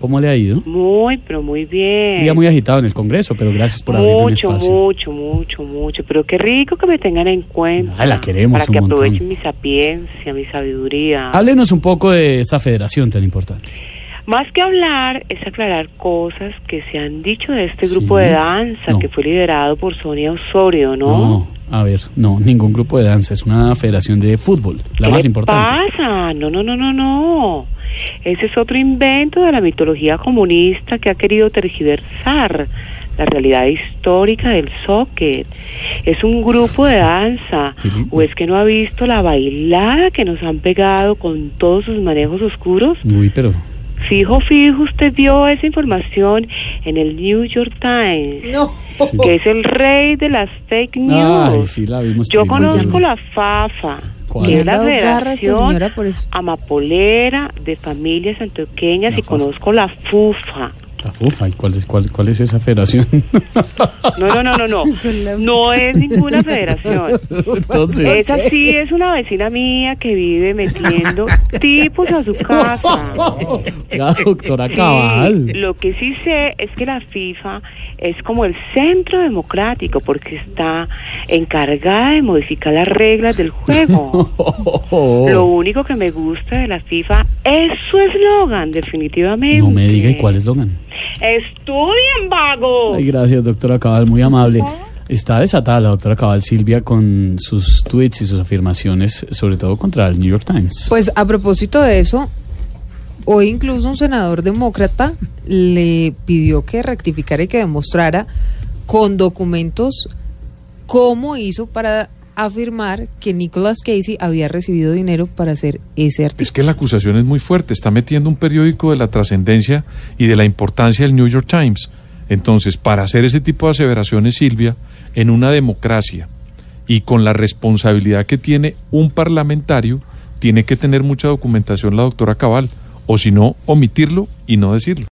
¿Cómo le ha ido? Muy, pero muy bien. Un día muy agitado en el Congreso, pero gracias por abrir un mucho, espacio. mucho, mucho, mucho. Pero qué rico que me tengan en cuenta. Ah, la queremos Para un que montón. aprovechen mi sapiencia, mi sabiduría. Háblenos un poco de esta federación tan importante. Más que hablar, es aclarar cosas que se han dicho de este Sí. grupo de danza No. que fue liderado por Sonia Osorio, ¿no? No, a ver, no, ningún grupo de danza, es una federación de fútbol, la ¿Qué más le importante. pasa? No, no, no, no, no. Ese es otro invento de la mitología comunista que ha querido tergiversar la realidad histórica del socket. Es un grupo de danza. Felipe. ¿O es que no ha visto la bailada que nos han pegado con todos sus manejos oscuros? Uy, pero Fijo, fijo, usted vio esa información en el New York Times. Que es el rey de las fake news. Ay, sí, la vimos Yo tremenda. conozco la FAFA, ¿Cuál? que Le es han la dado garra a esta Federación señora por eso. Amapolera de Familias Antioqueñas La y FAFA. conozco la FUFA. la fufa, ¿y Ah, cuál es, cuál, cuál es esa federación? No, no, no, no, no. No es ninguna federación. Entonces, Esa sí es una vecina mía que vive metiendo tipos a su casa. la doctora Sí, Cabal. lo que sí sé es que la FIFA es como el centro democrático porque está encargada de modificar las reglas del juego. Oh. Lo único que me gusta de la FIFA es su eslogan, definitivamente. No me diga, ¿y cuál es Logan? Estudien, vago. Ay, gracias, doctora Cabal, muy amable. Está desatada la doctora Cabal Silvia con sus tweets y sus afirmaciones, sobre todo contra el New York Times. Pues a propósito de eso, hoy incluso un senador demócrata le pidió que rectificara y que demostrara con documentos cómo hizo para afirmar que Nicolas Casey había recibido dinero para hacer ese Es artículo. que la acusación es muy fuerte. Está metiendo un periódico de la trascendencia y de la importancia del New York Times. Entonces, para hacer ese tipo de aseveraciones, Silvia, en una democracia y con la responsabilidad que tiene un parlamentario, tiene que tener mucha documentación la doctora Cabal, o si no, omitirlo y no decirlo.